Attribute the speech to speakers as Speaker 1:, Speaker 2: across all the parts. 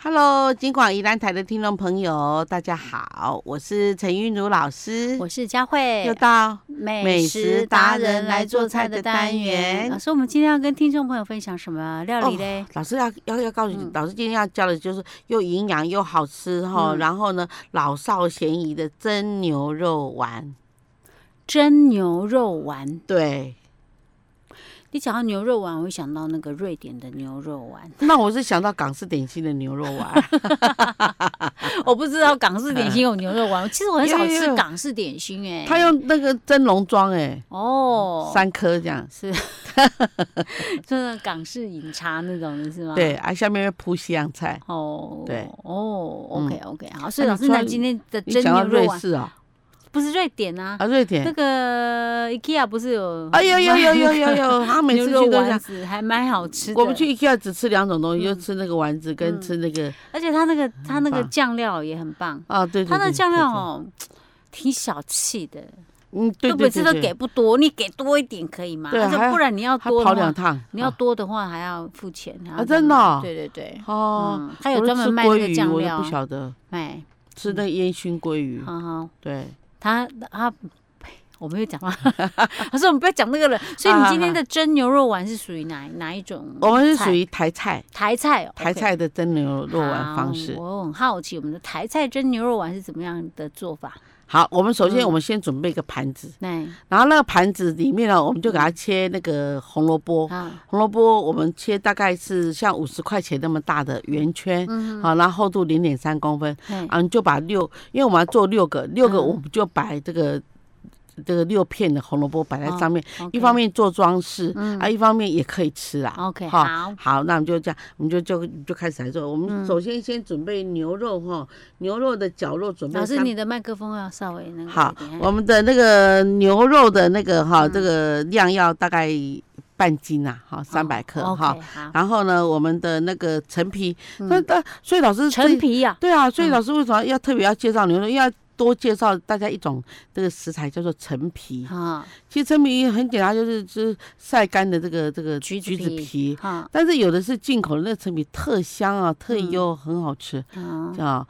Speaker 1: Hello，金广宜兰台的听众朋友，大家好，我是陈韵如老师，
Speaker 2: 我是佳慧，
Speaker 1: 又到
Speaker 2: 美
Speaker 1: 美
Speaker 2: 食
Speaker 1: 食
Speaker 2: 达
Speaker 1: 达
Speaker 2: 人
Speaker 1: 人
Speaker 2: 来
Speaker 1: 来
Speaker 2: 做
Speaker 1: 做
Speaker 2: 菜
Speaker 1: 菜
Speaker 2: 的
Speaker 1: 的
Speaker 2: 单
Speaker 1: 单
Speaker 2: 元。哦
Speaker 1: 元
Speaker 2: 老师，我们今天要跟听众朋友分享什么料理嘞？
Speaker 1: 老师要要要告诉你，
Speaker 2: 嗯
Speaker 1: 老师今天要教的就是又营养又好吃哈、
Speaker 2: 嗯
Speaker 1: 然后呢老少咸宜的蒸牛肉丸，
Speaker 2: 蒸牛肉丸。
Speaker 1: 对，
Speaker 2: 你讲到牛肉丸，我会想到那个瑞典的牛肉丸。
Speaker 1: 那我是想到港式点心的牛肉丸，
Speaker 2: 我不知道港式点心有牛肉丸， 其实我很少
Speaker 1: 有有
Speaker 2: 吃
Speaker 1: 有
Speaker 2: 港式点心哎、
Speaker 1: 他用那个蒸笼装哎，
Speaker 2: 哦，
Speaker 1: 三颗这样，
Speaker 2: 是，就是港式饮茶那种的是吗？。
Speaker 1: 对，啊下面会铺西洋菜，
Speaker 2: 哦，
Speaker 1: 对
Speaker 2: 哦，OK OK，好，所以
Speaker 1: 那
Speaker 2: 老
Speaker 1: 你
Speaker 2: 师，
Speaker 1: 说
Speaker 2: 那今天的
Speaker 1: 你
Speaker 2: 蒸
Speaker 1: 想到
Speaker 2: 牛肉
Speaker 1: 瑞
Speaker 2: 丸
Speaker 1: 士哦，
Speaker 2: 不是瑞典啊，
Speaker 1: 啊瑞
Speaker 2: 那
Speaker 1: 典，
Speaker 2: 个 IKEA 不是有？
Speaker 1: 哎呦呦呦呦呦 呦，他每
Speaker 2: 牛
Speaker 1: 次去
Speaker 2: 肉
Speaker 1: 都
Speaker 2: 丸
Speaker 1: 想。
Speaker 2: 子还蛮好吃的，
Speaker 1: 我们去 IKEA 只吃两种东西，
Speaker 2: 嗯
Speaker 1: 就吃那个丸子跟
Speaker 2: 嗯
Speaker 1: 吃那个
Speaker 2: 而且它那个它那个
Speaker 1: 棒
Speaker 2: 酱料也很棒，
Speaker 1: 啊，对对，
Speaker 2: 它那
Speaker 1: 对
Speaker 2: 酱料，哦挺小气
Speaker 1: 对
Speaker 2: 的，
Speaker 1: 对嗯，对
Speaker 2: 都
Speaker 1: 对
Speaker 2: 每次
Speaker 1: 对
Speaker 2: 都
Speaker 1: 对
Speaker 2: 给不多，你给多一点可以吗？
Speaker 1: 对啊
Speaker 2: 而且
Speaker 1: 还要
Speaker 2: 不然你要
Speaker 1: 他
Speaker 2: 多
Speaker 1: 跑
Speaker 2: 的
Speaker 1: 两
Speaker 2: 话，
Speaker 1: 趟，
Speaker 2: 你要
Speaker 1: 啊
Speaker 2: 多的话还要付钱还要
Speaker 1: 啊真的哦
Speaker 2: 对对对，
Speaker 1: 哦，
Speaker 2: 嗯，它
Speaker 1: 我
Speaker 2: 有
Speaker 1: 都
Speaker 2: 专门
Speaker 1: 吃
Speaker 2: 卖
Speaker 1: 鲑
Speaker 2: 那个
Speaker 1: 鱼
Speaker 2: 酱
Speaker 1: 我
Speaker 2: 料
Speaker 1: 都不，晓得
Speaker 2: 哎，
Speaker 1: 吃那个烟熏鲑鱼，
Speaker 2: 好好，
Speaker 1: 对，
Speaker 2: 它它。哎我没有讲话， 他说我们不要讲那个了。所以你今天的蒸牛肉丸是属于哪哪一种嗯菜？
Speaker 1: 啊我们是属于台菜，
Speaker 2: 台菜哦，
Speaker 1: 台
Speaker 2: OK
Speaker 1: 菜的蒸牛肉丸
Speaker 2: 好
Speaker 1: 方式。
Speaker 2: 我很好奇我们的台菜蒸牛肉丸是怎么样的做法？
Speaker 1: 好，我们首先
Speaker 2: 嗯
Speaker 1: 我们先准备一个盘子，
Speaker 2: 那
Speaker 1: 然后那个盘子里面呢，我们就
Speaker 2: 嗯
Speaker 1: 给它切那个红萝卜。
Speaker 2: 啊，
Speaker 1: 红萝卜我们切大概是像五十块钱那么大的圆圈，
Speaker 2: 嗯，
Speaker 1: 好，然后厚度零点三公分，
Speaker 2: 嘿
Speaker 1: 啊，你就把六，因为我们要做六个，六个
Speaker 2: 嗯
Speaker 1: 我们就摆这个、这个六片的红萝卜摆在上面，
Speaker 2: 哦，OK
Speaker 1: 一方面做装饰，
Speaker 2: 嗯
Speaker 1: 啊，一方面也可以吃啊。
Speaker 2: ，OK，
Speaker 1: 好
Speaker 2: 好，
Speaker 1: 好，那我们就这样，我们就就就开始来做。我
Speaker 2: 嗯
Speaker 1: 们首先先准备牛肉哈，牛肉的绞肉准备
Speaker 2: 老师
Speaker 1: 三
Speaker 2: 你的嗯麦克风要稍微那个
Speaker 1: 好
Speaker 2: 一点，
Speaker 1: 我们的那个牛肉的那个
Speaker 2: 嗯
Speaker 1: 哈，这个量要大概半斤呐，哈，三百克
Speaker 2: 哦
Speaker 1: 哈。
Speaker 2: ，OK，好，
Speaker 1: 然后呢，我们的那个陈皮，
Speaker 2: 嗯
Speaker 1: 那那所以老师这
Speaker 2: 陈皮呀，
Speaker 1: 对啊，所以
Speaker 2: 嗯
Speaker 1: 老师为什么要特别要介绍牛肉？因为要多介绍大家一种这个食材叫做陈皮。
Speaker 2: 啊，
Speaker 1: 其实陈皮很简单，就是就是晒干的这个这个
Speaker 2: 橘子皮
Speaker 1: 皮。
Speaker 2: 哈，
Speaker 1: 但是有的是进口的，那个陈皮特香啊，特优，很好吃
Speaker 2: 嗯
Speaker 1: 啊。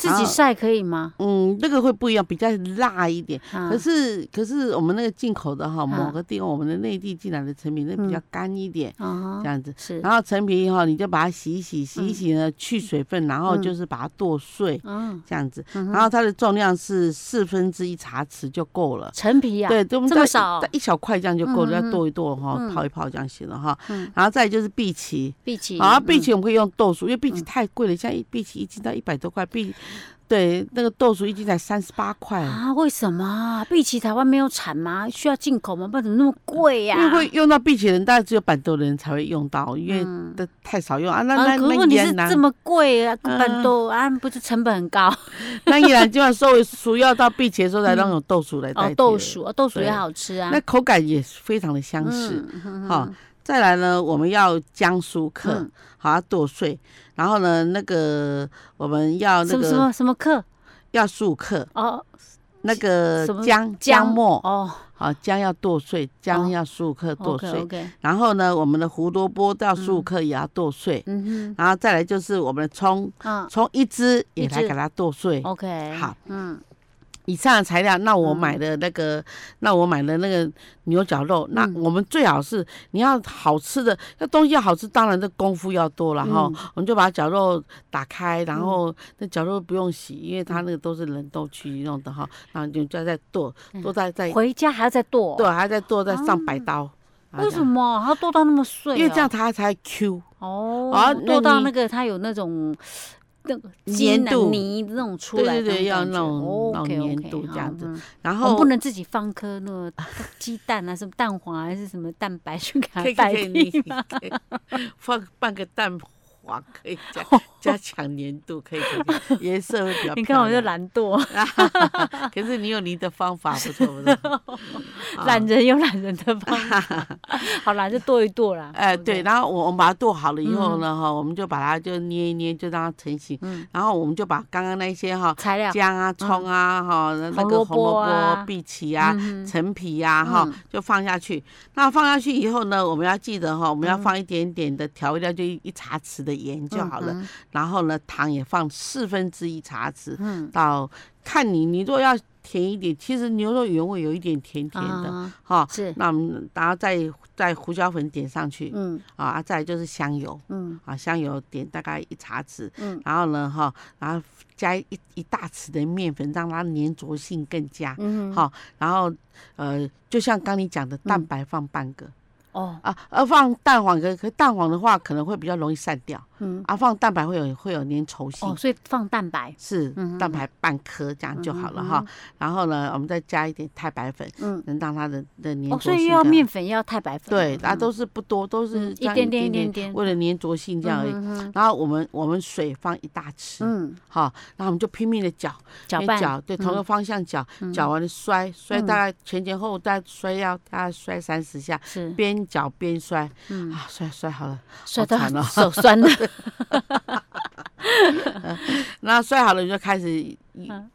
Speaker 2: 自己晒可以吗？
Speaker 1: 嗯，那个会不一样，比较辣一点。
Speaker 2: 可
Speaker 1: 可是可是我们那个进口的哈，
Speaker 2: 嗯
Speaker 1: 某个地方我们的内地进来的陈皮，那比较干一点，
Speaker 2: 啊
Speaker 1: 这，样子。
Speaker 2: 是，
Speaker 1: 然后陈皮哈，你就把它洗一洗，洗一洗呢，去水分，然后
Speaker 2: 嗯
Speaker 1: 就是把它剁碎，
Speaker 2: 嗯，
Speaker 1: 这样子。
Speaker 2: 然
Speaker 1: 然后它的重量是四分之一茶匙就够了。
Speaker 2: 陈皮呀，啊
Speaker 1: 对，这
Speaker 2: 这么少
Speaker 1: 一小块这样就够了，
Speaker 2: 嗯嗯
Speaker 1: 要剁一剁哈，
Speaker 2: 嗯
Speaker 1: 泡一泡这样行了哈。
Speaker 2: 嗯
Speaker 1: 然后再就是碧琪，
Speaker 2: 碧琪，
Speaker 1: 好，
Speaker 2: 嗯
Speaker 1: 碧琪我们可以用豆薯，因为碧琪太贵了，现在一碧琪一斤到一百多块，碧对那个豆薯一斤才三十八块，
Speaker 2: 啊，为什么啊碧琪台湾没有产吗？需要进口吗？不然怎么那么贵呀？
Speaker 1: 因为会用到碧琪的人，大概只有板豆的人才会用到，因为
Speaker 2: 嗯
Speaker 1: 的太少用啊。那
Speaker 2: 啊，
Speaker 1: 那
Speaker 2: 可是
Speaker 1: 那
Speaker 2: 问
Speaker 1: 依
Speaker 2: 题是
Speaker 1: 然
Speaker 2: 这
Speaker 1: 呢？
Speaker 2: 么贵啊，根本
Speaker 1: 嗯
Speaker 2: 都啊，不是成本很高
Speaker 1: 那依然就要稍微熟要到碧琪的时候才让用豆薯来代
Speaker 2: 哦
Speaker 1: 替。。
Speaker 2: 豆薯，哦豆薯也
Speaker 1: 对
Speaker 2: 好吃啊。
Speaker 1: 那口感也非常的相似。
Speaker 2: 嗯
Speaker 1: 好、再来呢，我们要姜酥克，
Speaker 2: 嗯
Speaker 1: 好要剁碎，然后呢，那个我们要那
Speaker 2: 什么什
Speaker 1: 个
Speaker 2: 么什么课
Speaker 1: 要素克，
Speaker 2: 哦，
Speaker 1: 那个
Speaker 2: 什么
Speaker 1: 姜姜末，
Speaker 2: 哦
Speaker 1: 好姜要剁碎，
Speaker 2: 哦
Speaker 1: 姜要素克剁
Speaker 2: ，OK
Speaker 1: 碎，
Speaker 2: OK，
Speaker 1: 然后呢，我们的胡萝卜要素克也要剁碎，
Speaker 2: 嗯
Speaker 1: 然后再来就是我们的葱，
Speaker 2: 哼，嗯
Speaker 1: 葱一只也
Speaker 2: 一只
Speaker 1: 来给它剁碎。
Speaker 2: ，OK，
Speaker 1: 好，
Speaker 2: 嗯
Speaker 1: 以上的材料，那我
Speaker 2: 嗯
Speaker 1: 买的那个，那我买的那个牛角肉，那
Speaker 2: 嗯
Speaker 1: 我们最好是你要好吃的，那东西要好吃，当然这功夫要多了
Speaker 2: 嗯
Speaker 1: 哈。我们就把绞肉打开，然后那绞肉不用洗，因为它那个都是冷冻区弄的哈，然后你就再剁，
Speaker 2: 嗯
Speaker 1: 剁再再
Speaker 2: 回家还要再剁，哦
Speaker 1: 剁，，还要再剁再上百刀。然后
Speaker 2: 啊为
Speaker 1: 这
Speaker 2: 什
Speaker 1: 样？
Speaker 2: 么还要剁到那么碎哦？
Speaker 1: 因为这样它才 Q，啊
Speaker 2: 哦，
Speaker 1: 那
Speaker 2: 剁到
Speaker 1: 你
Speaker 2: 那个它有那种那个
Speaker 1: 粘
Speaker 2: 筋啊
Speaker 1: 度
Speaker 2: 泥那种出
Speaker 1: 对
Speaker 2: 来
Speaker 1: 对
Speaker 2: 的感觉，
Speaker 1: 对要那种
Speaker 2: 哦
Speaker 1: 那种
Speaker 2: OK，OK，
Speaker 1: 粘度这
Speaker 2: 好
Speaker 1: 样子
Speaker 2: 嗯
Speaker 1: 然
Speaker 2: 我们
Speaker 1: 后
Speaker 2: 不能自己放颗那个鸡蛋啊，什么蛋黄还是什么蛋白去给它
Speaker 1: 可以
Speaker 2: 代
Speaker 1: 可以，你
Speaker 2: 替
Speaker 1: 可以 放半个蛋黄可以加加强粘度，可以可以，颜色会比 较。
Speaker 2: 你看我就。懒惰，
Speaker 1: 可是你有你的方法，不错不 错。啊
Speaker 2: 懒人有懒人的方法， 好啦，就剁一剁啦。
Speaker 1: 哎，
Speaker 2: 不
Speaker 1: 对，，嗯然后我我们把它剁好了以后呢，哈，我们就把它就捏一捏，就让它成型。
Speaker 2: 嗯
Speaker 1: 然后我们就把刚刚那些哈
Speaker 2: 材料
Speaker 1: 姜啊、葱啊、哈那个
Speaker 2: 红
Speaker 1: 红
Speaker 2: 萝卜
Speaker 1: 萝
Speaker 2: 啊
Speaker 1: 卜、碧琪啊、
Speaker 2: 嗯哼
Speaker 1: 陈皮呀、哈、
Speaker 2: 嗯
Speaker 1: 就放下去。那放下去嗯以后呢，我们要记得哈，我们要放一点点的调味料，就一一茶匙的盐就好了。
Speaker 2: 嗯
Speaker 1: 然后呢糖也放四分之一茶匙，
Speaker 2: 嗯，
Speaker 1: 到看你你如果要甜一点，其实牛肉原味有一点甜甜的
Speaker 2: 啊
Speaker 1: 哈、
Speaker 2: 是，
Speaker 1: 那我们然后再再胡椒粉点上去、
Speaker 2: 嗯
Speaker 1: 啊，再来就是香油
Speaker 2: 嗯
Speaker 1: 啊，香油点大概一茶匙，
Speaker 2: 嗯
Speaker 1: 然后呢哈，然后加一一大匙的面粉，让它粘着性更佳。
Speaker 2: 嗯，
Speaker 1: 好、然后呃，就像刚你讲的，蛋
Speaker 2: 嗯
Speaker 1: 白放半个、
Speaker 2: 哦，
Speaker 1: 啊，呃，放蛋黄可可蛋黄的话可能会比较容易散掉
Speaker 2: 嗯
Speaker 1: 啊，放蛋白会有会有粘稠性。
Speaker 2: 哦，所以放蛋白，
Speaker 1: 是
Speaker 2: 嗯
Speaker 1: 蛋
Speaker 2: 嗯
Speaker 1: 白半颗这样就好了哈，然后呢，我们再加一点太白粉，
Speaker 2: 嗯，
Speaker 1: 能让它的的粘着性
Speaker 2: 哦，
Speaker 1: 的。
Speaker 2: 所以又要面粉，又要太白粉，
Speaker 1: 对，
Speaker 2: 大
Speaker 1: 它
Speaker 2: 家
Speaker 1: 都是不多，都是
Speaker 2: 嗯
Speaker 1: 这样
Speaker 2: 一点点一点点
Speaker 1: 为了粘着性这样而已。
Speaker 2: 已，
Speaker 1: 然后我们我们水放一大匙，
Speaker 2: 嗯，
Speaker 1: 好，然后我们就拼命的搅，
Speaker 2: 搅
Speaker 1: 边
Speaker 2: 拌，嗯
Speaker 1: 搅，对，同一个方向搅，搅完了摔，摔大概前前后后大概摔要大概摔三十下，
Speaker 2: 是，
Speaker 1: 边搅边摔，
Speaker 2: 嗯，
Speaker 1: 啊，摔摔好了。
Speaker 2: 摔
Speaker 1: 好
Speaker 2: 到
Speaker 1: 惨哦
Speaker 2: 手酸了，
Speaker 1: 那摔好了，你就开始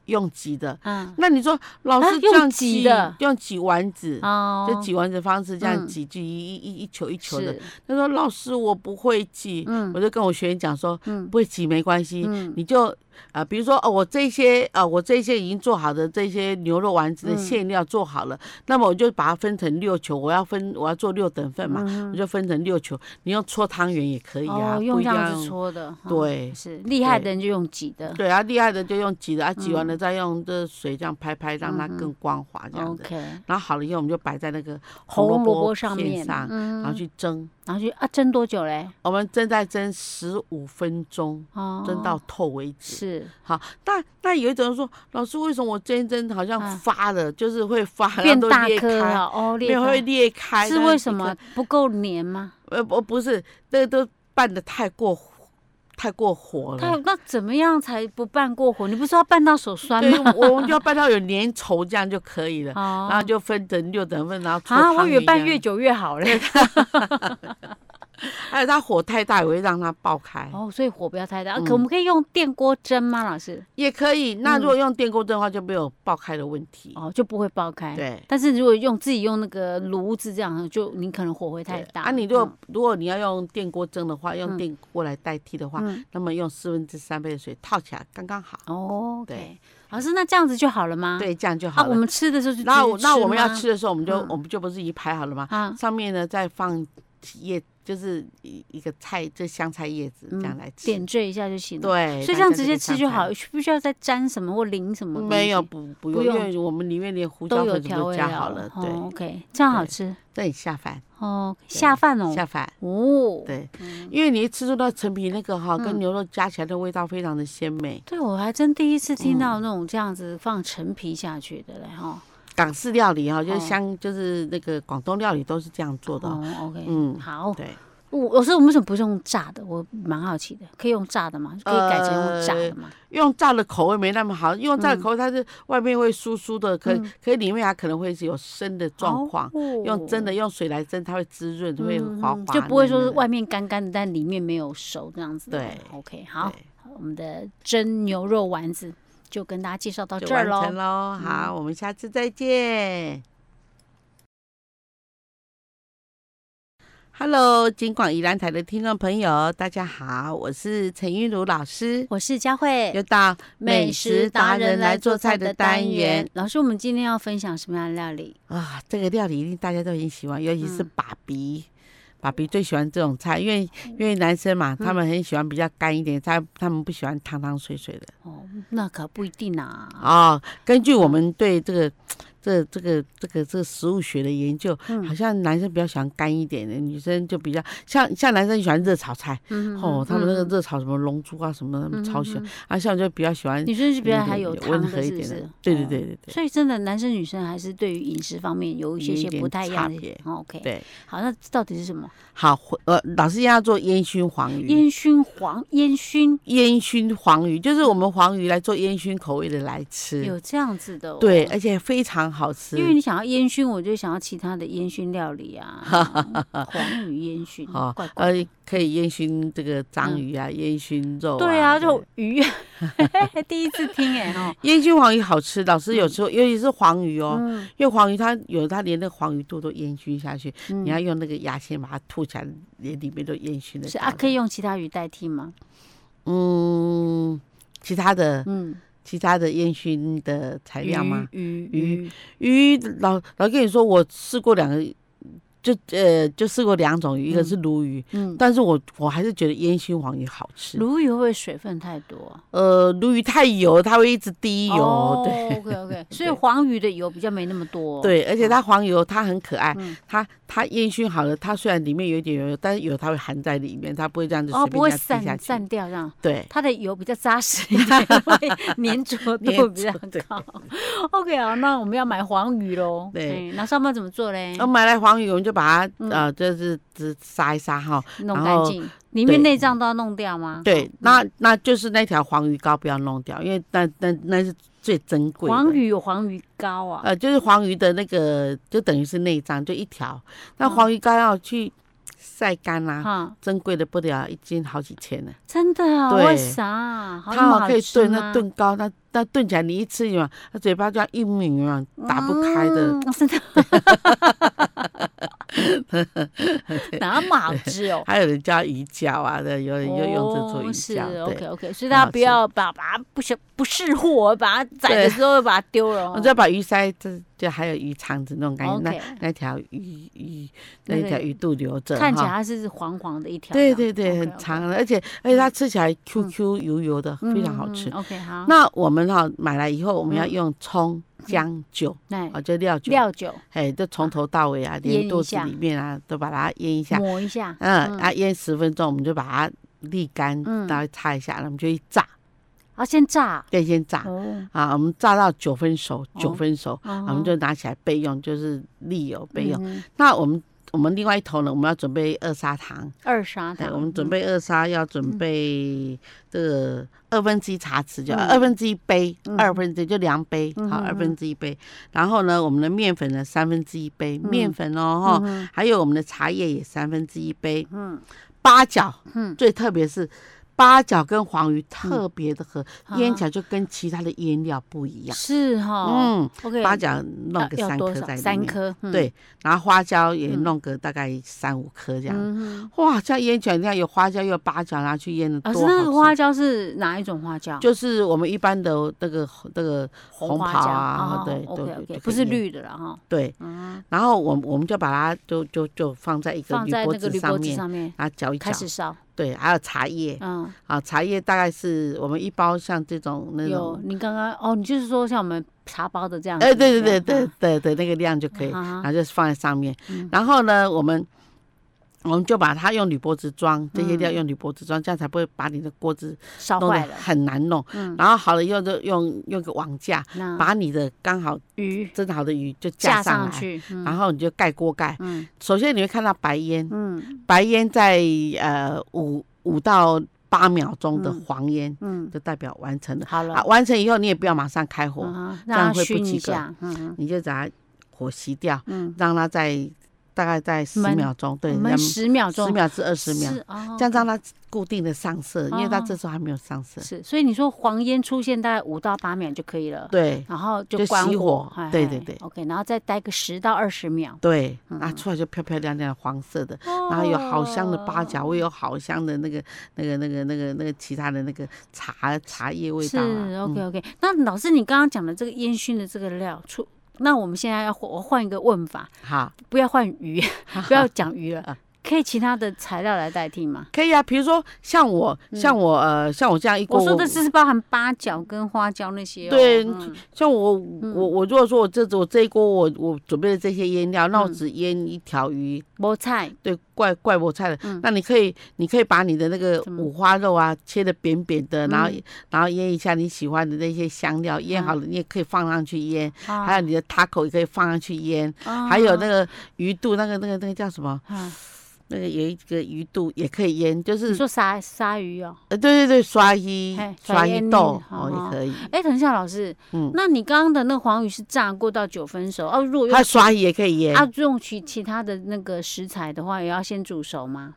Speaker 1: 用挤的。
Speaker 2: 嗯，
Speaker 1: 那你说老
Speaker 2: 啊
Speaker 1: 师这样
Speaker 2: 用挤的
Speaker 1: 用挤丸子，
Speaker 2: 哦，
Speaker 1: 就挤丸子的方式这样
Speaker 2: 嗯
Speaker 1: 挤，就一一一一球一球的。
Speaker 2: 是，
Speaker 1: 他说老师我不会挤，
Speaker 2: 嗯
Speaker 1: 我就跟我学员讲说
Speaker 2: 嗯
Speaker 1: 不会挤没关系，
Speaker 2: 嗯
Speaker 1: 你就啊、呃比如说哦，我这些呃，我这些已经做好的这些牛肉丸子的
Speaker 2: 嗯
Speaker 1: 馅料做好了，那么我就把它分成六球，我要分我要做六等份嘛，
Speaker 2: 嗯
Speaker 1: 我就分成六球。你用搓汤圆也可以啊，
Speaker 2: 哦，
Speaker 1: 不
Speaker 2: 用
Speaker 1: 一
Speaker 2: 这
Speaker 1: 定要
Speaker 2: 样子
Speaker 1: 用。
Speaker 2: 搓的，嗯，
Speaker 1: 对
Speaker 2: 是厉害的
Speaker 1: 对
Speaker 2: 人就用挤的
Speaker 1: 对啊，厉害的就用挤的啊，挤
Speaker 2: 嗯
Speaker 1: 完了再用这水这样拍拍，让它更光滑这样子。
Speaker 2: ，OK，
Speaker 1: 然后好了以后，我们就摆在那个
Speaker 2: 红萝卜
Speaker 1: 卜
Speaker 2: 上
Speaker 1: 片
Speaker 2: 面
Speaker 1: 上
Speaker 2: 嗯
Speaker 1: 然后去蒸。
Speaker 2: 然后就啊蒸多久嘞？
Speaker 1: 我们蒸在蒸十五分钟，
Speaker 2: 哦，
Speaker 1: 蒸到透为止。
Speaker 2: 是
Speaker 1: 好，那那有一种人说，老师为什么我蒸一蒸好像
Speaker 2: 嗯
Speaker 1: 发了， 就是会发，
Speaker 2: 变
Speaker 1: 然后都
Speaker 2: 大
Speaker 1: 裂
Speaker 2: 颗
Speaker 1: 开，
Speaker 2: 了，哦，
Speaker 1: 没
Speaker 2: 裂
Speaker 1: 有会
Speaker 2: 开
Speaker 1: 裂开，
Speaker 2: 是
Speaker 1: 但
Speaker 2: 为
Speaker 1: 一
Speaker 2: 什
Speaker 1: 颗
Speaker 2: 么？不够黏吗？
Speaker 1: 呃，不不是，这个都拌的太过太过火
Speaker 2: 它
Speaker 1: 了。
Speaker 2: 那怎么样才不拌过火？你不是说要拌到手酸
Speaker 1: 对，
Speaker 2: 吗？
Speaker 1: 我们就要拌到有粘稠这样就可以了，
Speaker 2: 哦
Speaker 1: 然后就分成六等份，然后搓
Speaker 2: 啊，我
Speaker 1: 汤
Speaker 2: 越
Speaker 1: 圆一
Speaker 2: 拌越
Speaker 1: 样
Speaker 2: 久越好嘞。
Speaker 1: 还哎有它火太大也会让它爆开，
Speaker 2: 哦，所以火不要太大。啊
Speaker 1: 嗯
Speaker 2: 可我们可以用电锅蒸吗，老师？
Speaker 1: 也可以。那如果用电锅蒸的话，就没有爆开的问题。
Speaker 2: 嗯哦，就不会爆开。。
Speaker 1: 对。
Speaker 2: 但是如果用自己用那个炉子这样，就你可能火会太
Speaker 1: 对
Speaker 2: 大。
Speaker 1: 啊，你如果、如果你要用电锅蒸的话，用
Speaker 2: 嗯
Speaker 1: 电锅来代替的话，
Speaker 2: 嗯
Speaker 1: 那么用四分之三杯的水泡起来刚刚好，
Speaker 2: 哦，OK，
Speaker 1: 对
Speaker 2: 老师，那这样子就好了吗？。
Speaker 1: 对，这样就
Speaker 2: 啊，
Speaker 1: 好
Speaker 2: 我
Speaker 1: 了。
Speaker 2: 们吃的时候就
Speaker 1: 那
Speaker 2: 直接
Speaker 1: 我那我们要
Speaker 2: 吗
Speaker 1: 吃的时候，我们就
Speaker 2: 嗯
Speaker 1: 我们就不是已经排好了吗？
Speaker 2: 啊，
Speaker 1: 上面呢再放叶，就是一一个菜，这香菜叶子这样来吃。
Speaker 2: 嗯点缀一下就行了。
Speaker 1: 对，
Speaker 2: 所以
Speaker 1: 大
Speaker 2: 这样
Speaker 1: 家
Speaker 2: 直
Speaker 1: 可
Speaker 2: 接吃
Speaker 1: 上
Speaker 2: 就
Speaker 1: 菜
Speaker 2: 好，需不需要再沾什么或淋什么东西？
Speaker 1: 没有不不
Speaker 2: 不
Speaker 1: 用，因为我们里面连胡椒
Speaker 2: 都有
Speaker 1: 粉什
Speaker 2: 调
Speaker 1: 么
Speaker 2: 味
Speaker 1: 都加
Speaker 2: 料
Speaker 1: 好了，
Speaker 2: 哦
Speaker 1: 对，
Speaker 2: ，OK，这样好
Speaker 1: 对
Speaker 2: 吃
Speaker 1: 这里下饭
Speaker 2: 哦。下饭哦，
Speaker 1: 下饭。
Speaker 2: 哦，
Speaker 1: 对，因为你一吃出那陈皮那个哈，跟
Speaker 2: 嗯
Speaker 1: 牛肉加起来的味道非常的鲜美，
Speaker 2: 对我还真第一
Speaker 1: 嗯
Speaker 2: 次听到那种这样子放陈皮下去的嘞哈。
Speaker 1: 港式料理哈，就是
Speaker 2: 哦
Speaker 1: 香，就是那个广东料理都是这样做的哦。
Speaker 2: 哦，OK，
Speaker 1: 嗯，
Speaker 2: 好，
Speaker 1: 对，
Speaker 2: 我我说我们为什么不是用炸的？我蛮好奇的，可以用炸的吗？可以改成用炸的吗？
Speaker 1: 用炸的口味没那么好，用炸的口味它是外面会酥酥的，可
Speaker 2: 嗯
Speaker 1: 可里面它可能会是有生的状况。
Speaker 2: 哦
Speaker 1: 用蒸的用水来蒸，它会滋润，会
Speaker 2: 嗯
Speaker 1: 滑滑
Speaker 2: 嗯
Speaker 1: 嫩嫩的。
Speaker 2: 就不会说是外面干干的，但里面没有熟这样子的。
Speaker 1: 对
Speaker 2: ，OK，
Speaker 1: 对
Speaker 2: 好，我们的蒸牛肉丸子就跟大家介绍到
Speaker 1: 就
Speaker 2: 哦这儿
Speaker 1: 完
Speaker 2: 嗯喽。
Speaker 1: 成喽。好，我们下次再见。Hello，金广宜兰台的听众朋友，大家好，我是陈玉茹老师，
Speaker 2: 我是佳慧，
Speaker 1: 又到美食达人来做菜的单元。
Speaker 2: 老师，我们今天要分享什么样的料理？
Speaker 1: 啊，这个料理一定大家都很喜欢，尤其是
Speaker 2: 嗯
Speaker 1: 爸比。爸比最喜欢这种菜，因为因为男生嘛，他们很喜欢比较干一点，他他们不喜欢汤汤水水的。
Speaker 2: 哦，那可不一定啊。
Speaker 1: 哦，根据我们对这个、这、这个、这个、这个食物学的研究，
Speaker 2: 嗯
Speaker 1: 好像男生比较喜欢干一点的，女生就比较像像男生喜欢热炒菜，
Speaker 2: 嗯
Speaker 1: 哦，他们那个
Speaker 2: 嗯
Speaker 1: 热炒什么龙珠啊什么，他们超喜欢，
Speaker 2: 嗯嗯
Speaker 1: 啊，像我就比较喜欢
Speaker 2: 嗯女生是比较还有汤
Speaker 1: 温和
Speaker 2: 的，
Speaker 1: 一
Speaker 2: 是不
Speaker 1: 点的
Speaker 2: 是？，
Speaker 1: 对对
Speaker 2: 哦
Speaker 1: 对。对对
Speaker 2: 所以真的，男生女生还是对于饮食方面有一些
Speaker 1: 有一
Speaker 2: 些不
Speaker 1: 点
Speaker 2: 太一
Speaker 1: 差
Speaker 2: 样的
Speaker 1: 别。
Speaker 2: 哦 OK，
Speaker 1: 对。
Speaker 2: 好，那到底是什么？
Speaker 1: 好，呃，老师要做烟熏黄鱼。
Speaker 2: 烟熏黄烟熏
Speaker 1: 烟熏黄鱼就是我们黄鱼来做烟熏口味的来吃，
Speaker 2: 有这样子的、哦，
Speaker 1: 对，而且非常好吃。
Speaker 2: 因为你想要烟熏，我就想要其他的烟熏料 理啊，黄鱼烟熏，
Speaker 1: 哦
Speaker 2: 怪怪
Speaker 1: 呃
Speaker 2: 的。，
Speaker 1: 可以烟熏这个章鱼啊，烟熏肉、啊。
Speaker 2: 嗯对啊，就鱼， 第一次听哎 哦，
Speaker 1: 烟熏黄鱼好吃，老师有时候、尤其是黄鱼哦，
Speaker 2: 嗯，
Speaker 1: 因为黄鱼它有它连那个黄鱼肚都烟熏下去，
Speaker 2: 你
Speaker 1: 你要
Speaker 2: 啊
Speaker 1: 用那个牙签把它吐起来，连里面都烟熏的。
Speaker 2: 是啊，可以用其他鱼代替吗？
Speaker 1: 嗯，其他的
Speaker 2: 嗯，
Speaker 1: 其他的烟熏的材料吗？
Speaker 2: 鱼
Speaker 1: 鱼鱼老老跟你说，我试过两个，就呃就试过两种鱼，一个
Speaker 2: 嗯
Speaker 1: 是鲈鱼，
Speaker 2: 嗯，
Speaker 1: 但是我我还是觉得烟熏黄鱼好吃。
Speaker 2: 鲈鱼会不会水分太多？啊
Speaker 1: 呃，鲈鱼太油，它会一直滴油，
Speaker 2: 哦
Speaker 1: 对。
Speaker 2: ，OK OK，所以黄鱼的油比较没那么多。，
Speaker 1: 对，而且它黄油它很可爱，
Speaker 2: 哦嗯
Speaker 1: 它它烟熏好了，它虽然里面有一点油，但是油它会含在里面，它不会这样子
Speaker 2: 哦，
Speaker 1: 随
Speaker 2: 不
Speaker 1: 便
Speaker 2: 会
Speaker 1: 这样滴下
Speaker 2: 散
Speaker 1: 去。
Speaker 2: 散掉这样。
Speaker 1: 对，
Speaker 2: 它的油比较扎实一点， 因为粘着度比较高。OK 啊，那我们要买黄鱼喽。
Speaker 1: 对
Speaker 2: 哎，那上班怎么做嘞
Speaker 1: 那？买来黄油我们就把它、
Speaker 2: 嗯
Speaker 1: 呃，就是只杀一杀哈。
Speaker 2: 弄
Speaker 1: 然
Speaker 2: 干
Speaker 1: 后
Speaker 2: 净，里
Speaker 1: 对
Speaker 2: 面内脏都要弄掉吗？
Speaker 1: 对，
Speaker 2: 嗯
Speaker 1: 那那就是那条黄鱼膏不要弄掉，因为那那那是最珍贵的。
Speaker 2: 黄鱼有黄鱼膏啊，
Speaker 1: 呃，就是黄鱼的那个，就等于是内脏，就一条。那
Speaker 2: 嗯
Speaker 1: 黄鱼膏要去晒干啦、
Speaker 2: 哈，
Speaker 1: 珍贵的不得了，一斤好几千呢、
Speaker 2: 真的啊，
Speaker 1: 对
Speaker 2: 为啥？啊好
Speaker 1: 它
Speaker 2: 那么
Speaker 1: 好可以
Speaker 2: 吃
Speaker 1: 炖，
Speaker 2: 吗
Speaker 1: 那炖糕，那那炖起来你一吃嘛，它嘴巴就要一抿嘛，打不开的。
Speaker 2: 嗯真的， 哪那么好吃哦？
Speaker 1: 还有人叫鱼饺啊的，有人就用这做鱼
Speaker 2: 哦是
Speaker 1: 饺，
Speaker 2: OK
Speaker 1: 对。
Speaker 2: OK，所以大
Speaker 1: 很好
Speaker 2: 家不
Speaker 1: 吃
Speaker 2: 要把把它不是不识货，把它宰的
Speaker 1: 对
Speaker 2: 时候把它丢了
Speaker 1: 我
Speaker 2: 哦。
Speaker 1: 再把鱼鳃，这就还有鱼肠子那种感觉，那
Speaker 2: OK，
Speaker 1: 那条鱼鱼
Speaker 2: 那
Speaker 1: 那
Speaker 2: 个
Speaker 1: 条鱼肚留着
Speaker 2: 看起来
Speaker 1: 哈。
Speaker 2: 它是黄黄的一条这
Speaker 1: 对对
Speaker 2: 样，
Speaker 1: 对，
Speaker 2: OK，OK
Speaker 1: 很长，的，而且而且它吃起来 QQ 油油的，
Speaker 2: 嗯，
Speaker 1: 非常好吃
Speaker 2: 嗯。OK 好，
Speaker 1: 那我们哈买来以后，我们要
Speaker 2: 嗯
Speaker 1: 用葱、姜、酒，
Speaker 2: 那
Speaker 1: 啊，就料酒，
Speaker 2: 料酒
Speaker 1: 哎，就从头到尾啊，
Speaker 2: 腌
Speaker 1: 连
Speaker 2: 一
Speaker 1: 肚子
Speaker 2: 下
Speaker 1: 里面啊，都把它腌一下。
Speaker 2: 抹一下，
Speaker 1: 嗯
Speaker 2: 嗯，
Speaker 1: 啊，腌十分钟，我们就把它沥干
Speaker 2: 嗯，
Speaker 1: 然后擦一下，然后我们就去炸，
Speaker 2: 啊，先炸
Speaker 1: 对，先炸
Speaker 2: 哦，
Speaker 1: 啊，我们炸到九分熟，
Speaker 2: 哦嗯
Speaker 1: 九分熟，
Speaker 2: 我
Speaker 1: 啊我们就拿起来备用，就是沥油备用。
Speaker 2: 用
Speaker 1: 那我们我们另外一头呢，我们要准备二砂糖，
Speaker 2: 二砂
Speaker 1: 对，
Speaker 2: 糖，
Speaker 1: 我们准
Speaker 2: 嗯
Speaker 1: 备二砂要准备这个二分之一茶匙，就
Speaker 2: 嗯
Speaker 1: 二分之一杯
Speaker 2: 嗯，
Speaker 1: 二分之一就量杯，好，
Speaker 2: 嗯
Speaker 1: 二分之一杯。然后呢，我们的面粉呢三分之一杯，
Speaker 2: 嗯
Speaker 1: 面粉哦，哈，
Speaker 2: 嗯
Speaker 1: 还有我们的茶叶也三分之一杯，
Speaker 2: 嗯
Speaker 1: 八角。
Speaker 2: 嗯，
Speaker 1: 最特别是八角跟黄鱼特别的合，
Speaker 2: 啊
Speaker 1: 腌起来就跟其他的腌料不一样。
Speaker 2: 是哈
Speaker 1: 嗯，
Speaker 2: ，OK，
Speaker 1: 八角弄个
Speaker 2: 要
Speaker 1: 三
Speaker 2: 多
Speaker 1: 颗
Speaker 2: 少
Speaker 1: 在里
Speaker 2: 三
Speaker 1: 面，
Speaker 2: 颗，嗯，
Speaker 1: 对，然后花椒也
Speaker 2: 嗯
Speaker 1: 弄个大概三五颗这样。
Speaker 2: 嗯哼，
Speaker 1: 哇，这样腌起来，你看有花椒又有八角，拿去腌的
Speaker 2: 老
Speaker 1: 多
Speaker 2: 师
Speaker 1: 好吃。
Speaker 2: 那个花椒啊是哪一种花椒？
Speaker 1: 就是我们一般的那个那个红
Speaker 2: 花
Speaker 1: 袍
Speaker 2: 椒哦
Speaker 1: 啊，对
Speaker 2: ，OK
Speaker 1: 对
Speaker 2: OK，
Speaker 1: 对，
Speaker 2: 不是
Speaker 1: 就可以腌
Speaker 2: 绿的了哈，
Speaker 1: 对。
Speaker 2: 嗯，
Speaker 1: 然后我我们就把它就就就放在一个
Speaker 2: 放
Speaker 1: 铝
Speaker 2: 在
Speaker 1: 箔
Speaker 2: 那个
Speaker 1: 纸
Speaker 2: 铝箔
Speaker 1: 上
Speaker 2: 纸
Speaker 1: 面，
Speaker 2: 上面
Speaker 1: 然后搅一搅
Speaker 2: 开，始烧，
Speaker 1: 对，还有茶叶，
Speaker 2: 嗯，
Speaker 1: 啊，茶叶大概是我们一包像这种那
Speaker 2: 有
Speaker 1: 种，
Speaker 2: 你刚刚哦，你就是说像我们茶包的这样子，
Speaker 1: 哎，对对对
Speaker 2: 这样
Speaker 1: 对，对对，那个量就可以，
Speaker 2: 啊
Speaker 1: 然后就放在上面
Speaker 2: 嗯。
Speaker 1: 然后呢，我们我们就把它用铝箔纸装，这些
Speaker 2: 嗯
Speaker 1: 料用铝箔纸装，这样才不会把你的锅子
Speaker 2: 啊烧
Speaker 1: 弄得
Speaker 2: 坏了，
Speaker 1: 很难弄。
Speaker 2: 嗯，
Speaker 1: 然后好了，用就用用个网架，
Speaker 2: 那
Speaker 1: 把你的刚好
Speaker 2: 鱼
Speaker 1: 蒸好的鱼就
Speaker 2: 架
Speaker 1: 架上
Speaker 2: 上
Speaker 1: 来，啊
Speaker 2: 去，嗯
Speaker 1: 然后你就盖锅盖。
Speaker 2: 嗯
Speaker 1: 首先你会看到白烟，
Speaker 2: 嗯
Speaker 1: 白烟在呃五五到八秒钟的
Speaker 2: 嗯
Speaker 1: 黄烟，
Speaker 2: 嗯，
Speaker 1: 就代表完成了。
Speaker 2: 好了
Speaker 1: 啊，，完成以后你也不要马上开火，
Speaker 2: 嗯哼
Speaker 1: 这样
Speaker 2: 让它
Speaker 1: 会不
Speaker 2: 熏一
Speaker 1: 及格
Speaker 2: 下，嗯
Speaker 1: 你就把它火熄掉，
Speaker 2: 嗯
Speaker 1: 让它在大概在十
Speaker 2: 焖
Speaker 1: 秒钟，对，
Speaker 2: 嗯，我们十秒
Speaker 1: 十
Speaker 2: 钟，
Speaker 1: 秒至二十秒，
Speaker 2: 是哦
Speaker 1: 这样让它固定的上色，因为它
Speaker 2: 哦
Speaker 1: 这时候还没有上色。
Speaker 2: 是，所以你说黄烟出现大概五到八秒就可以了，
Speaker 1: 对
Speaker 2: 然后就
Speaker 1: 就
Speaker 2: 关
Speaker 1: 熄
Speaker 2: 火
Speaker 1: 火，
Speaker 2: 嗨
Speaker 1: 对
Speaker 2: 嗨
Speaker 1: 对对
Speaker 2: ，OK，然后再待个十到二十秒，
Speaker 1: 对，
Speaker 2: 嗯哦
Speaker 1: 拿出来就漂漂亮亮的黄色的，
Speaker 2: 然
Speaker 1: 然后有好香的八角味，有好香的那个那个那个那个那个其他的那个茶茶叶味
Speaker 2: 是
Speaker 1: 道啊。
Speaker 2: OK
Speaker 1: 嗯
Speaker 2: OK，、那老师你刚刚讲的这个烟熏的这个料，出那我们现在要换我换一个问法，
Speaker 1: 好，
Speaker 2: 不要换鱼，不要讲鱼了
Speaker 1: 啊，
Speaker 2: 可以其他的材料来代替吗？
Speaker 1: 可以啊，比如说像我像我呃像我这样一锅，
Speaker 2: 嗯我说的是包含八角跟花椒那些、哦，
Speaker 1: 对
Speaker 2: 嗯
Speaker 1: 像我我我如果说我这我这一锅我我准备的这些腌料，那我
Speaker 2: 嗯
Speaker 1: 只腌一条鱼，
Speaker 2: 菠菜，
Speaker 1: 对，怪怪菠菜的。
Speaker 2: 嗯
Speaker 1: 那你可以你可以把你的那个
Speaker 2: 怎么
Speaker 1: 五花肉啊切的扁扁的，然后、
Speaker 2: 嗯
Speaker 1: 然后腌一下你喜欢的那些香料，腌好了你也可以放上去腌，
Speaker 2: 啊
Speaker 1: 还有你的 taco 也可以放上去腌，
Speaker 2: 哦
Speaker 1: 还有那个鱼肚那个那个那个叫什么？
Speaker 2: 啊
Speaker 1: 那个有一个鱼肚也可以腌，就
Speaker 2: 你
Speaker 1: 是
Speaker 2: 说鲨鲨鱼哦，
Speaker 1: 呃对对对，刷一
Speaker 2: 嘿
Speaker 1: 刷
Speaker 2: 刷
Speaker 1: 一
Speaker 2: 腌
Speaker 1: 豆哦
Speaker 2: 好好
Speaker 1: 也可以，
Speaker 2: 哎，等一下老师，
Speaker 1: 嗯
Speaker 2: 那你刚刚的那黄鱼是炸过到九分熟，哦、如果用
Speaker 1: 它刷一也可以腌。
Speaker 2: 啊，用其其他的那个食材的话，也要先煮熟吗？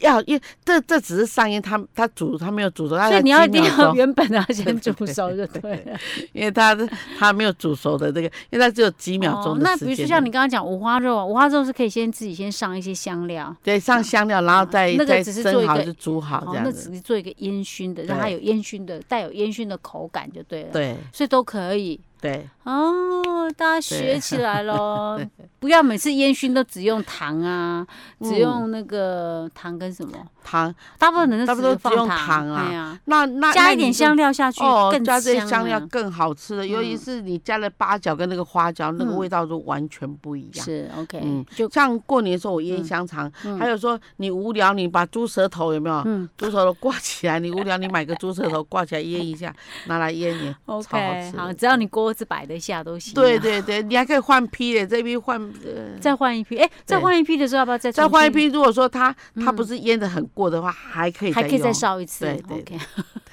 Speaker 1: 要因这这只是上烟，它它煮它没有煮熟，它
Speaker 2: 所以
Speaker 1: 才
Speaker 2: 你要一
Speaker 1: 几
Speaker 2: 定
Speaker 1: 秒
Speaker 2: 要
Speaker 1: 钟
Speaker 2: 原本的要先煮熟就对了。
Speaker 1: 因为它的它没有煮熟的这个，因为它只有几秒钟
Speaker 2: 哦
Speaker 1: 的
Speaker 2: 那
Speaker 1: 时间而已。
Speaker 2: 比如说像你刚刚讲五花肉啊，五花肉是可以先自己先上一些香料，
Speaker 1: 对上香料，然后再
Speaker 2: 哦那个
Speaker 1: 再
Speaker 2: 只是做
Speaker 1: 蒸
Speaker 2: 一
Speaker 1: 好
Speaker 2: 个哦
Speaker 1: 就煮好这
Speaker 2: 那
Speaker 1: 样子。
Speaker 2: 只是做一个烟熏的，让它
Speaker 1: 对
Speaker 2: 有烟熏的带有烟熏的口感就对了。，
Speaker 1: 对
Speaker 2: 所以都可以
Speaker 1: 对，
Speaker 2: 哦，大家学起 来喽，不要每次烟熏都只用糖啊，只
Speaker 1: 嗯
Speaker 2: 用那个糖跟什么，
Speaker 1: 糖
Speaker 2: 大部分人
Speaker 1: 嗯大部分都
Speaker 2: 放
Speaker 1: 只用
Speaker 2: 糖
Speaker 1: 糖啊
Speaker 2: 对啊，
Speaker 1: 那那
Speaker 2: 加
Speaker 1: 那
Speaker 2: 一
Speaker 1: 你
Speaker 2: 点
Speaker 1: 就
Speaker 2: 香料下去
Speaker 1: 哦，
Speaker 2: 更
Speaker 1: 加这些
Speaker 2: 香
Speaker 1: 香料
Speaker 2: 啊
Speaker 1: 更好吃了，尤其
Speaker 2: 嗯
Speaker 1: 是你加了八角跟那个花椒，那个
Speaker 2: 嗯
Speaker 1: 味道就完全不一样。
Speaker 2: 是 OK，
Speaker 1: 嗯
Speaker 2: 就
Speaker 1: 像过年的时候，我腌
Speaker 2: 嗯
Speaker 1: 香肠，
Speaker 2: 嗯
Speaker 1: 还有说你无聊，你把猪舌头有没有？
Speaker 2: 嗯
Speaker 1: 猪舌头挂起来，你无聊，你买个猪舌头挂起来腌一下，拿来腌 也超好
Speaker 2: ，OK，
Speaker 1: 吃。
Speaker 2: 好，只要你锅子摆得下都行啊。
Speaker 1: 对对对，你还可以换批的，这批换呃
Speaker 2: 再换一批，哎、再换一批的时候要不要再
Speaker 1: 再
Speaker 2: 重
Speaker 1: 换一
Speaker 2: 新
Speaker 1: 批。如果说它它不
Speaker 2: 嗯
Speaker 1: 是腌的很过的话，还可以
Speaker 2: 还可以再
Speaker 1: 用。
Speaker 2: 烧一次，
Speaker 1: 对对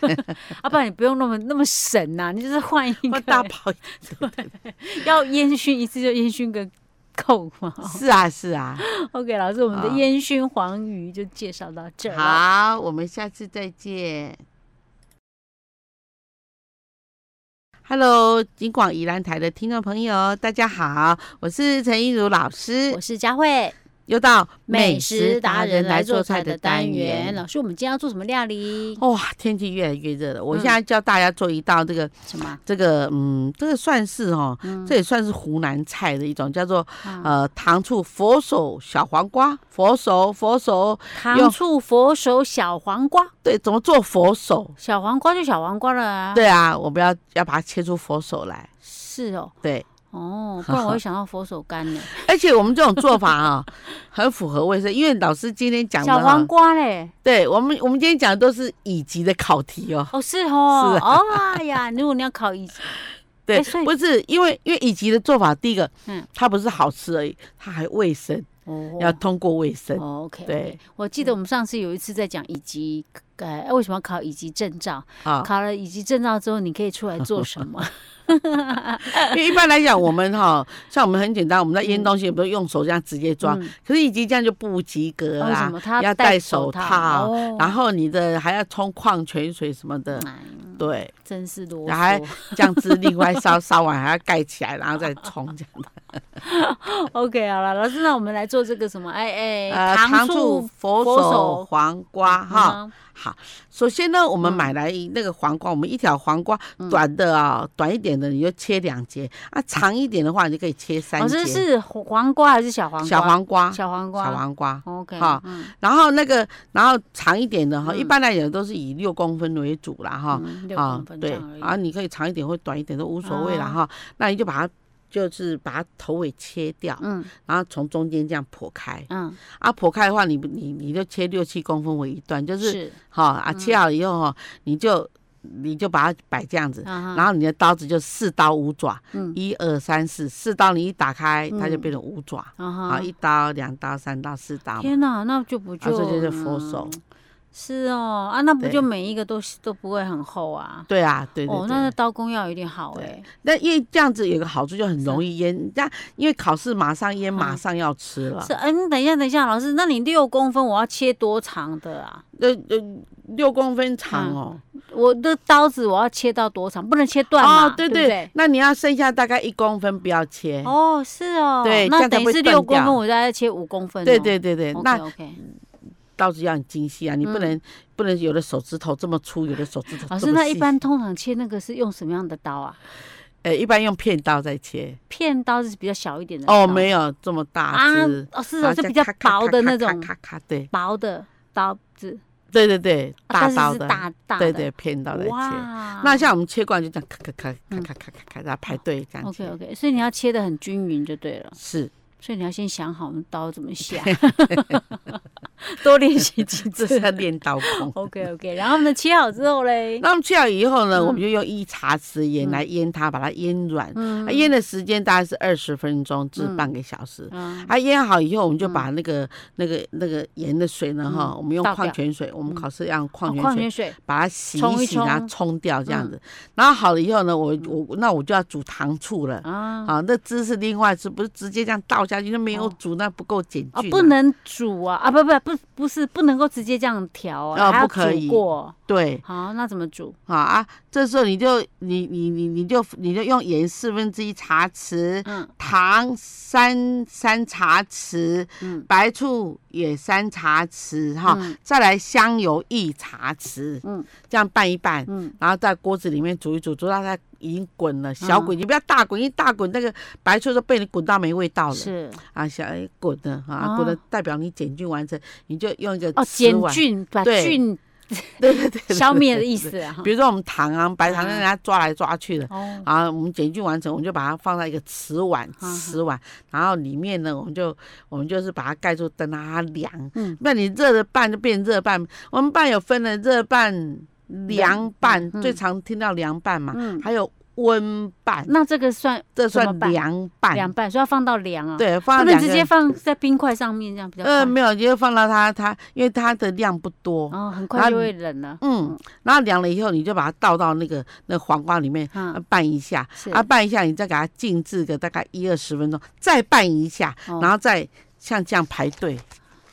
Speaker 2: o k 要不然你不用那么那么神呐、你就是换一个
Speaker 1: 换大 包
Speaker 2: 要烟熏一次就烟熏个够 嘛。
Speaker 1: 是啊是啊，
Speaker 2: OK，老师，我们的
Speaker 1: 好
Speaker 2: 烟熏黄鱼就介绍到这儿了。
Speaker 1: 好，我们下次再见。Hello，金广宜兰台的听众朋友，大家好，我是陈一如老师
Speaker 2: 我，是佳慧，
Speaker 1: 又到
Speaker 2: 美食达人来做菜的单元。。老师，我们今天要做什么料理？
Speaker 1: 哇、天气越来越热了，我
Speaker 2: 嗯
Speaker 1: 现在教大家做一道这个、
Speaker 2: 什么？
Speaker 1: 这个嗯，这个算是哦，
Speaker 2: 嗯
Speaker 1: 这也算是湖南菜的一种，叫做
Speaker 2: 啊
Speaker 1: 呃糖醋佛手小黄瓜，佛手佛手，
Speaker 2: 糖醋佛手小黄瓜，
Speaker 1: 对，怎么做佛手？
Speaker 2: 小黄瓜就小黄瓜了啊。，
Speaker 1: 对啊，我们要要把它切出佛手来。
Speaker 2: 是哦，
Speaker 1: 对，
Speaker 2: 哦，不然我会想到佛手柑呢。
Speaker 1: 而且我们这种做法 啊，很符合卫生，因为老师今天讲的、啊
Speaker 2: 小黄，瓜嘞，
Speaker 1: 对我们我们今天讲的都是乙级的考题哦。
Speaker 2: 哦，是哦，
Speaker 1: 是
Speaker 2: 哦哎呀，如果你要考一，
Speaker 1: 对
Speaker 2: 哎所，以
Speaker 1: 不是因为因为乙级的做法，第一个，
Speaker 2: 嗯
Speaker 1: 它不是好吃而已，它还卫生，
Speaker 2: 哦
Speaker 1: 要通过卫生。
Speaker 2: 哦，OK，
Speaker 1: 对
Speaker 2: 我记得我们上次有一次在讲乙级，呃，为什么要考乙级证照？
Speaker 1: 啊，
Speaker 2: 考了乙级证照之后，你可以出来做什 么？
Speaker 1: 啊 因为一般来讲，我们哈，像我们很简单，我们在腌东西，不是用手这样直接抓，
Speaker 2: 嗯
Speaker 1: 可是乙级这样就不及格
Speaker 2: 为什
Speaker 1: 啦
Speaker 2: 么。他
Speaker 1: 啊要戴手套
Speaker 2: 套？哦
Speaker 1: 然后你的还要冲矿泉水什么的，
Speaker 2: 哎
Speaker 1: 对。
Speaker 2: 真是啰
Speaker 1: 还
Speaker 2: 嗦。
Speaker 1: 酱汁另外烧，烧完还要盖起来，然后再冲这样。
Speaker 2: OK，好了，老师，那我们来做这个什么？ 哎哎，
Speaker 1: 呃，糖醋佛
Speaker 2: 佛
Speaker 1: 手
Speaker 2: 手
Speaker 1: 黄瓜哈，
Speaker 2: 嗯
Speaker 1: 好。首先呢，我们
Speaker 2: 嗯
Speaker 1: 买来那个黄瓜，我们一条黄瓜
Speaker 2: 嗯
Speaker 1: 短的啊，短一点的你就切两节啊，长一点的话你就可以切三
Speaker 2: 老
Speaker 1: 节。
Speaker 2: 师哦是黄瓜还是小黄瓜？
Speaker 1: 小黄瓜，小
Speaker 2: 小黄瓜，
Speaker 1: 黄瓜。
Speaker 2: OK，
Speaker 1: 哈
Speaker 2: 嗯
Speaker 1: 然后那个，然后长一点的哈，
Speaker 2: 嗯
Speaker 1: 一般来讲都是以六公分为主啦哈。
Speaker 2: 嗯六
Speaker 1: 啊
Speaker 2: 公，分这
Speaker 1: 对
Speaker 2: 样而，已
Speaker 1: 啊，你可以长一点或短一点都无所谓啦
Speaker 2: 哦
Speaker 1: 哈。那你就把它，就是把它头尾切掉，
Speaker 2: 嗯
Speaker 1: 然后从中间这样剖开
Speaker 2: 嗯，
Speaker 1: 啊，剖开的话你，你你就切六七公分为一段，就是
Speaker 2: 是，嗯
Speaker 1: 哈啊，切好以后哈，你就你就把它摆这样子，
Speaker 2: 然
Speaker 1: 然后你的刀子就四刀五爪，
Speaker 2: 嗯
Speaker 1: 一二三四，四刀你一打开，它就
Speaker 2: 嗯
Speaker 1: 变成五爪，
Speaker 2: 啊
Speaker 1: 啊，
Speaker 2: 哈，
Speaker 1: 一刀、两刀、三刀、四刀嘛，
Speaker 2: 天哪，那就不
Speaker 1: 啊，
Speaker 2: 就嗯
Speaker 1: 这就是佛手，
Speaker 2: 是哦，啊，那不
Speaker 1: 对
Speaker 2: 就每一个都是都不会很厚啊？
Speaker 1: 对啊，对对
Speaker 2: 哦，那
Speaker 1: 对
Speaker 2: 那。刀工要有一点好
Speaker 1: 对
Speaker 2: 哎。
Speaker 1: 那因为这样子有个好处，就很容易腌，这样因为考试马上腌，马
Speaker 2: 嗯
Speaker 1: 上要吃了
Speaker 2: 是，。嗯，等一下，等一下，老师，那你六公分我要切多长的啊？
Speaker 1: 呃呃，六公分长哦，
Speaker 2: 我的刀子我要切到多长？不能切嗯断嘛？
Speaker 1: 哦，对
Speaker 2: 对不对。
Speaker 1: 那你要剩下大概一公分，不要切。
Speaker 2: 哦，是哦，
Speaker 1: 对这
Speaker 2: 那
Speaker 1: 样才
Speaker 2: 等
Speaker 1: 不
Speaker 2: 于
Speaker 1: 会
Speaker 2: 是
Speaker 1: 断
Speaker 2: 六公
Speaker 1: 掉
Speaker 2: 分，我大概切五公分哦。
Speaker 1: 对对对对，
Speaker 2: OK，OK，
Speaker 1: 那
Speaker 2: OK，
Speaker 1: 刀子要很精细啊，你不能、不能有的手指头这么粗，有的手指头
Speaker 2: 老
Speaker 1: 这
Speaker 2: 师，
Speaker 1: 么
Speaker 2: 那
Speaker 1: 细
Speaker 2: 一般通常切那个是用什么样的刀啊？
Speaker 1: 呃一般用片刀在切，片
Speaker 2: 片刀是比较小一点的
Speaker 1: 哦
Speaker 2: 刀
Speaker 1: 没有这么大
Speaker 2: 啊
Speaker 1: 只，，
Speaker 2: 哦是
Speaker 1: 然后
Speaker 2: 哦，就
Speaker 1: 这
Speaker 2: 比较
Speaker 1: 咔咔
Speaker 2: 薄
Speaker 1: 咔
Speaker 2: 的那
Speaker 1: 咔
Speaker 2: 种
Speaker 1: 咔咔，对
Speaker 2: 薄的刀子，
Speaker 1: 对对对，
Speaker 2: 啊
Speaker 1: 大
Speaker 2: 但是
Speaker 1: 刀
Speaker 2: 是
Speaker 1: 的，
Speaker 2: 大大
Speaker 1: 对
Speaker 2: 的
Speaker 1: 对片刀在切。
Speaker 2: 哇，
Speaker 1: 那像我们切罐就这样咔咔咔咔
Speaker 2: 嗯
Speaker 1: 咔咔咔咔，然后排队这样
Speaker 2: OK
Speaker 1: 切，
Speaker 2: OK，所以你要切的很均匀就对了，
Speaker 1: 是
Speaker 2: 所以你要先想好刀怎么下， 多练习几
Speaker 1: 这是
Speaker 2: 次。
Speaker 1: 要练刀工。
Speaker 2: OK OK，然后呢，切好之后嘞，
Speaker 1: 啊那我们切好以后呢，
Speaker 2: 嗯
Speaker 1: 我们就用一茶匙盐
Speaker 2: 嗯
Speaker 1: 来腌它，把它腌软。
Speaker 2: 嗯
Speaker 1: 它腌的时间大概是二十分钟至
Speaker 2: 嗯
Speaker 1: 半个小时。
Speaker 2: 嗯
Speaker 1: 它啊腌好以后，我们就把那个、那个那个盐的水呢，哈、
Speaker 2: 嗯
Speaker 1: 我们用
Speaker 2: 倒掉
Speaker 1: 矿泉水，我们
Speaker 2: 嗯
Speaker 1: 考试要用矿
Speaker 2: 哦
Speaker 1: 泉
Speaker 2: 矿
Speaker 1: 水、
Speaker 2: 泉水，
Speaker 1: 把它洗
Speaker 2: 冲
Speaker 1: 一
Speaker 2: 一
Speaker 1: 洗，然后
Speaker 2: 冲嗯
Speaker 1: 冲掉这样子。然后好了以后呢，我我那我就要煮糖醋了。
Speaker 2: 啊
Speaker 1: 啊，那汁是另外是不是直接这样倒下去？那没有
Speaker 2: 哦
Speaker 1: 煮，那不够简
Speaker 2: 啊
Speaker 1: 菌、啊
Speaker 2: 不能煮啊啊不不不不是不能够直接这样调哦，
Speaker 1: 啊
Speaker 2: 还要
Speaker 1: 不可
Speaker 2: 煮
Speaker 1: 以
Speaker 2: 过。
Speaker 1: 对，
Speaker 2: 好，那怎么煮？
Speaker 1: 好啊，这时候你就你你你你就你就用盐四分之一茶匙，
Speaker 2: 嗯
Speaker 1: 糖三三茶匙，
Speaker 2: 嗯
Speaker 1: 白醋也三茶匙哈，
Speaker 2: 嗯
Speaker 1: 再来香油一茶匙，
Speaker 2: 嗯
Speaker 1: 这样拌一拌，
Speaker 2: 嗯
Speaker 1: 然后在锅子里面煮一煮，煮到它已经滚了，小
Speaker 2: 嗯
Speaker 1: 滚，你不要大滚，一大滚那个白醋都被你滚到没味道了
Speaker 2: 是
Speaker 1: 啊，小滚的啊，
Speaker 2: 哦
Speaker 1: 滚的代表你减菌完成，你就用一个
Speaker 2: 哦，
Speaker 1: 瓷
Speaker 2: 减
Speaker 1: 碗，
Speaker 2: 菌把
Speaker 1: 对
Speaker 2: 菌
Speaker 1: 对对对，对
Speaker 2: 消灭的意。思啊。
Speaker 1: 比如说我们糖啊，白糖
Speaker 2: 嗯
Speaker 1: 让人家抓来抓去的，
Speaker 2: 哦，
Speaker 1: 啊，我们检具完成，我们就把它放在一个瓷碗，
Speaker 2: 嗯
Speaker 1: 瓷碗，然后里面呢，我们就我们就是把它盖住，等它凉。
Speaker 2: 嗯
Speaker 1: 那你热的拌就变热拌，我们拌有分了热拌、凉拌，
Speaker 2: 嗯
Speaker 1: 最常听到凉拌嘛，
Speaker 2: 嗯，
Speaker 1: 还有温拌，
Speaker 2: 那这个算
Speaker 1: 这
Speaker 2: 怎
Speaker 1: 算
Speaker 2: 么拌
Speaker 1: 凉拌。
Speaker 2: 凉拌，所以要放到凉啊。，
Speaker 1: 对，
Speaker 2: 不
Speaker 1: 放
Speaker 2: 能
Speaker 1: 两
Speaker 2: 直接
Speaker 1: 个。
Speaker 2: 放在冰块上面，这样比较快
Speaker 1: 呃，。没有，就放到它它，因为它的量不多。
Speaker 2: 哦，很
Speaker 1: 然
Speaker 2: 快
Speaker 1: 后
Speaker 2: 就会冷了。
Speaker 1: 嗯，然后凉了以后，你就把它倒到那个那个黄瓜里面、呃
Speaker 2: 嗯，
Speaker 1: 拌一下，
Speaker 2: 是
Speaker 1: 啊，拌一下，你再给它静置个大概一二十分钟，再拌一下，
Speaker 2: 哦
Speaker 1: 然后再像这样排队，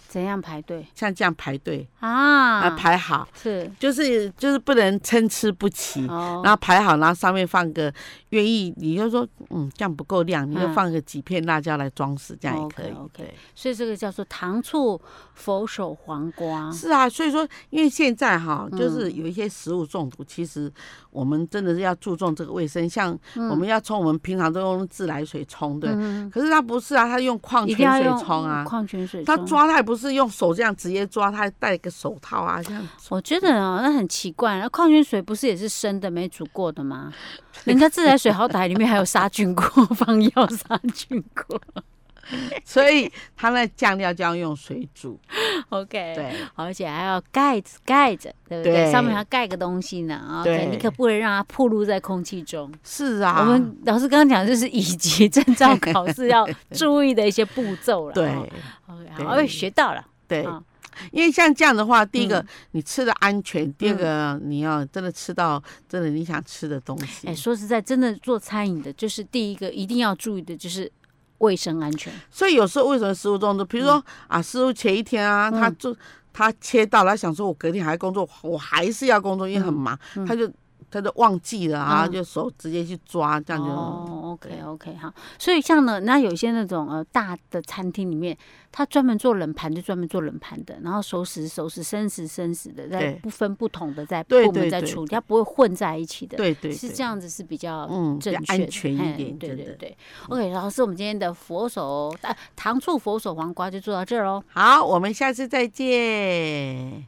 Speaker 2: 怎样排队
Speaker 1: 像这样排队啊、
Speaker 2: 啊？
Speaker 1: 排好，
Speaker 2: 是
Speaker 1: 就是就是不能参差不齐。
Speaker 2: 哦
Speaker 1: 嗯然后排好，然后上面放个愿意，你就说，嗯，这样不够亮，你就
Speaker 2: 嗯哦
Speaker 1: 放个几片辣椒来装饰，这样也可以。
Speaker 2: OK，OK
Speaker 1: 对
Speaker 2: 所以这个叫做糖醋佛手黄瓜。
Speaker 1: 是啊，所以说，因为现在哈，
Speaker 2: 嗯
Speaker 1: 就是有一些食物中毒，其实我们真的是要注重这个卫生，像
Speaker 2: 嗯
Speaker 1: 我们要冲，我们平常都用自来水冲，对，
Speaker 2: 嗯
Speaker 1: 可是它不是啊，它用矿
Speaker 2: 一
Speaker 1: 泉
Speaker 2: 定要
Speaker 1: 水
Speaker 2: 用
Speaker 1: 冲啊，
Speaker 2: 矿泉水
Speaker 1: 他
Speaker 2: 冲。
Speaker 1: 抓他也不是用手这样直接抓，他还戴个手套啊，这样
Speaker 2: 我觉得哦，那很奇怪。那矿泉水不是也是生的，没煮过 的吗？人家自来水好歹里面还有杀菌锅，放药杀菌锅。
Speaker 1: 所以他那酱料就要用水煮。
Speaker 2: OK，
Speaker 1: 对，
Speaker 2: 好而且还要盖着盖着，对不对？
Speaker 1: 对
Speaker 2: 上面还要盖个东西呢啊！
Speaker 1: 对
Speaker 2: 你可不能让它暴露在空气中。
Speaker 1: 是啊，
Speaker 2: 我们老师刚刚讲，就是以及证照考 试要注意的一些步骤了。哦
Speaker 1: 对
Speaker 2: OK，
Speaker 1: 对
Speaker 2: 好，我也学到了。
Speaker 1: 对
Speaker 2: 啊，
Speaker 1: 因为像这样的话，第一个
Speaker 2: 嗯
Speaker 1: 你吃的安全，第二个你要真的吃到真的你想吃的东西
Speaker 2: 哎，。说实在，真的做餐饮的，就是第一个一定要注意的就是卫生安全。
Speaker 1: 所以有时候为什么食物中毒？比如说啊，师傅前一天啊，他
Speaker 2: 嗯
Speaker 1: 就他切到了，他想说我隔天还要工作，我还是要工作，因为很忙，
Speaker 2: 嗯
Speaker 1: 他就他就忘记了啊，
Speaker 2: 嗯
Speaker 1: 就手直接去抓，这样就
Speaker 2: 哦
Speaker 1: 对
Speaker 2: ，OK OK 哈，所以像呢，那有一些那种呃大的餐厅里面，他专门做冷盘就专门做冷盘的，然后熟食熟食、生食生食的，在
Speaker 1: 对
Speaker 2: 不分不同的在
Speaker 1: 对
Speaker 2: 部门
Speaker 1: 对
Speaker 2: 在
Speaker 1: 对
Speaker 2: 处理，它不会混在一起的。
Speaker 1: 对对，
Speaker 2: 是
Speaker 1: 对
Speaker 2: 这样子是比较
Speaker 1: 嗯比
Speaker 2: 正
Speaker 1: 较
Speaker 2: 确的、
Speaker 1: 安全一
Speaker 2: 嘿
Speaker 1: 点
Speaker 2: 对
Speaker 1: 真
Speaker 2: 对
Speaker 1: 的
Speaker 2: 对。OK，老师，我们今天的佛呃手、啊、糖醋佛手黄瓜就做到这儿喽。
Speaker 1: 好，我们下次再见。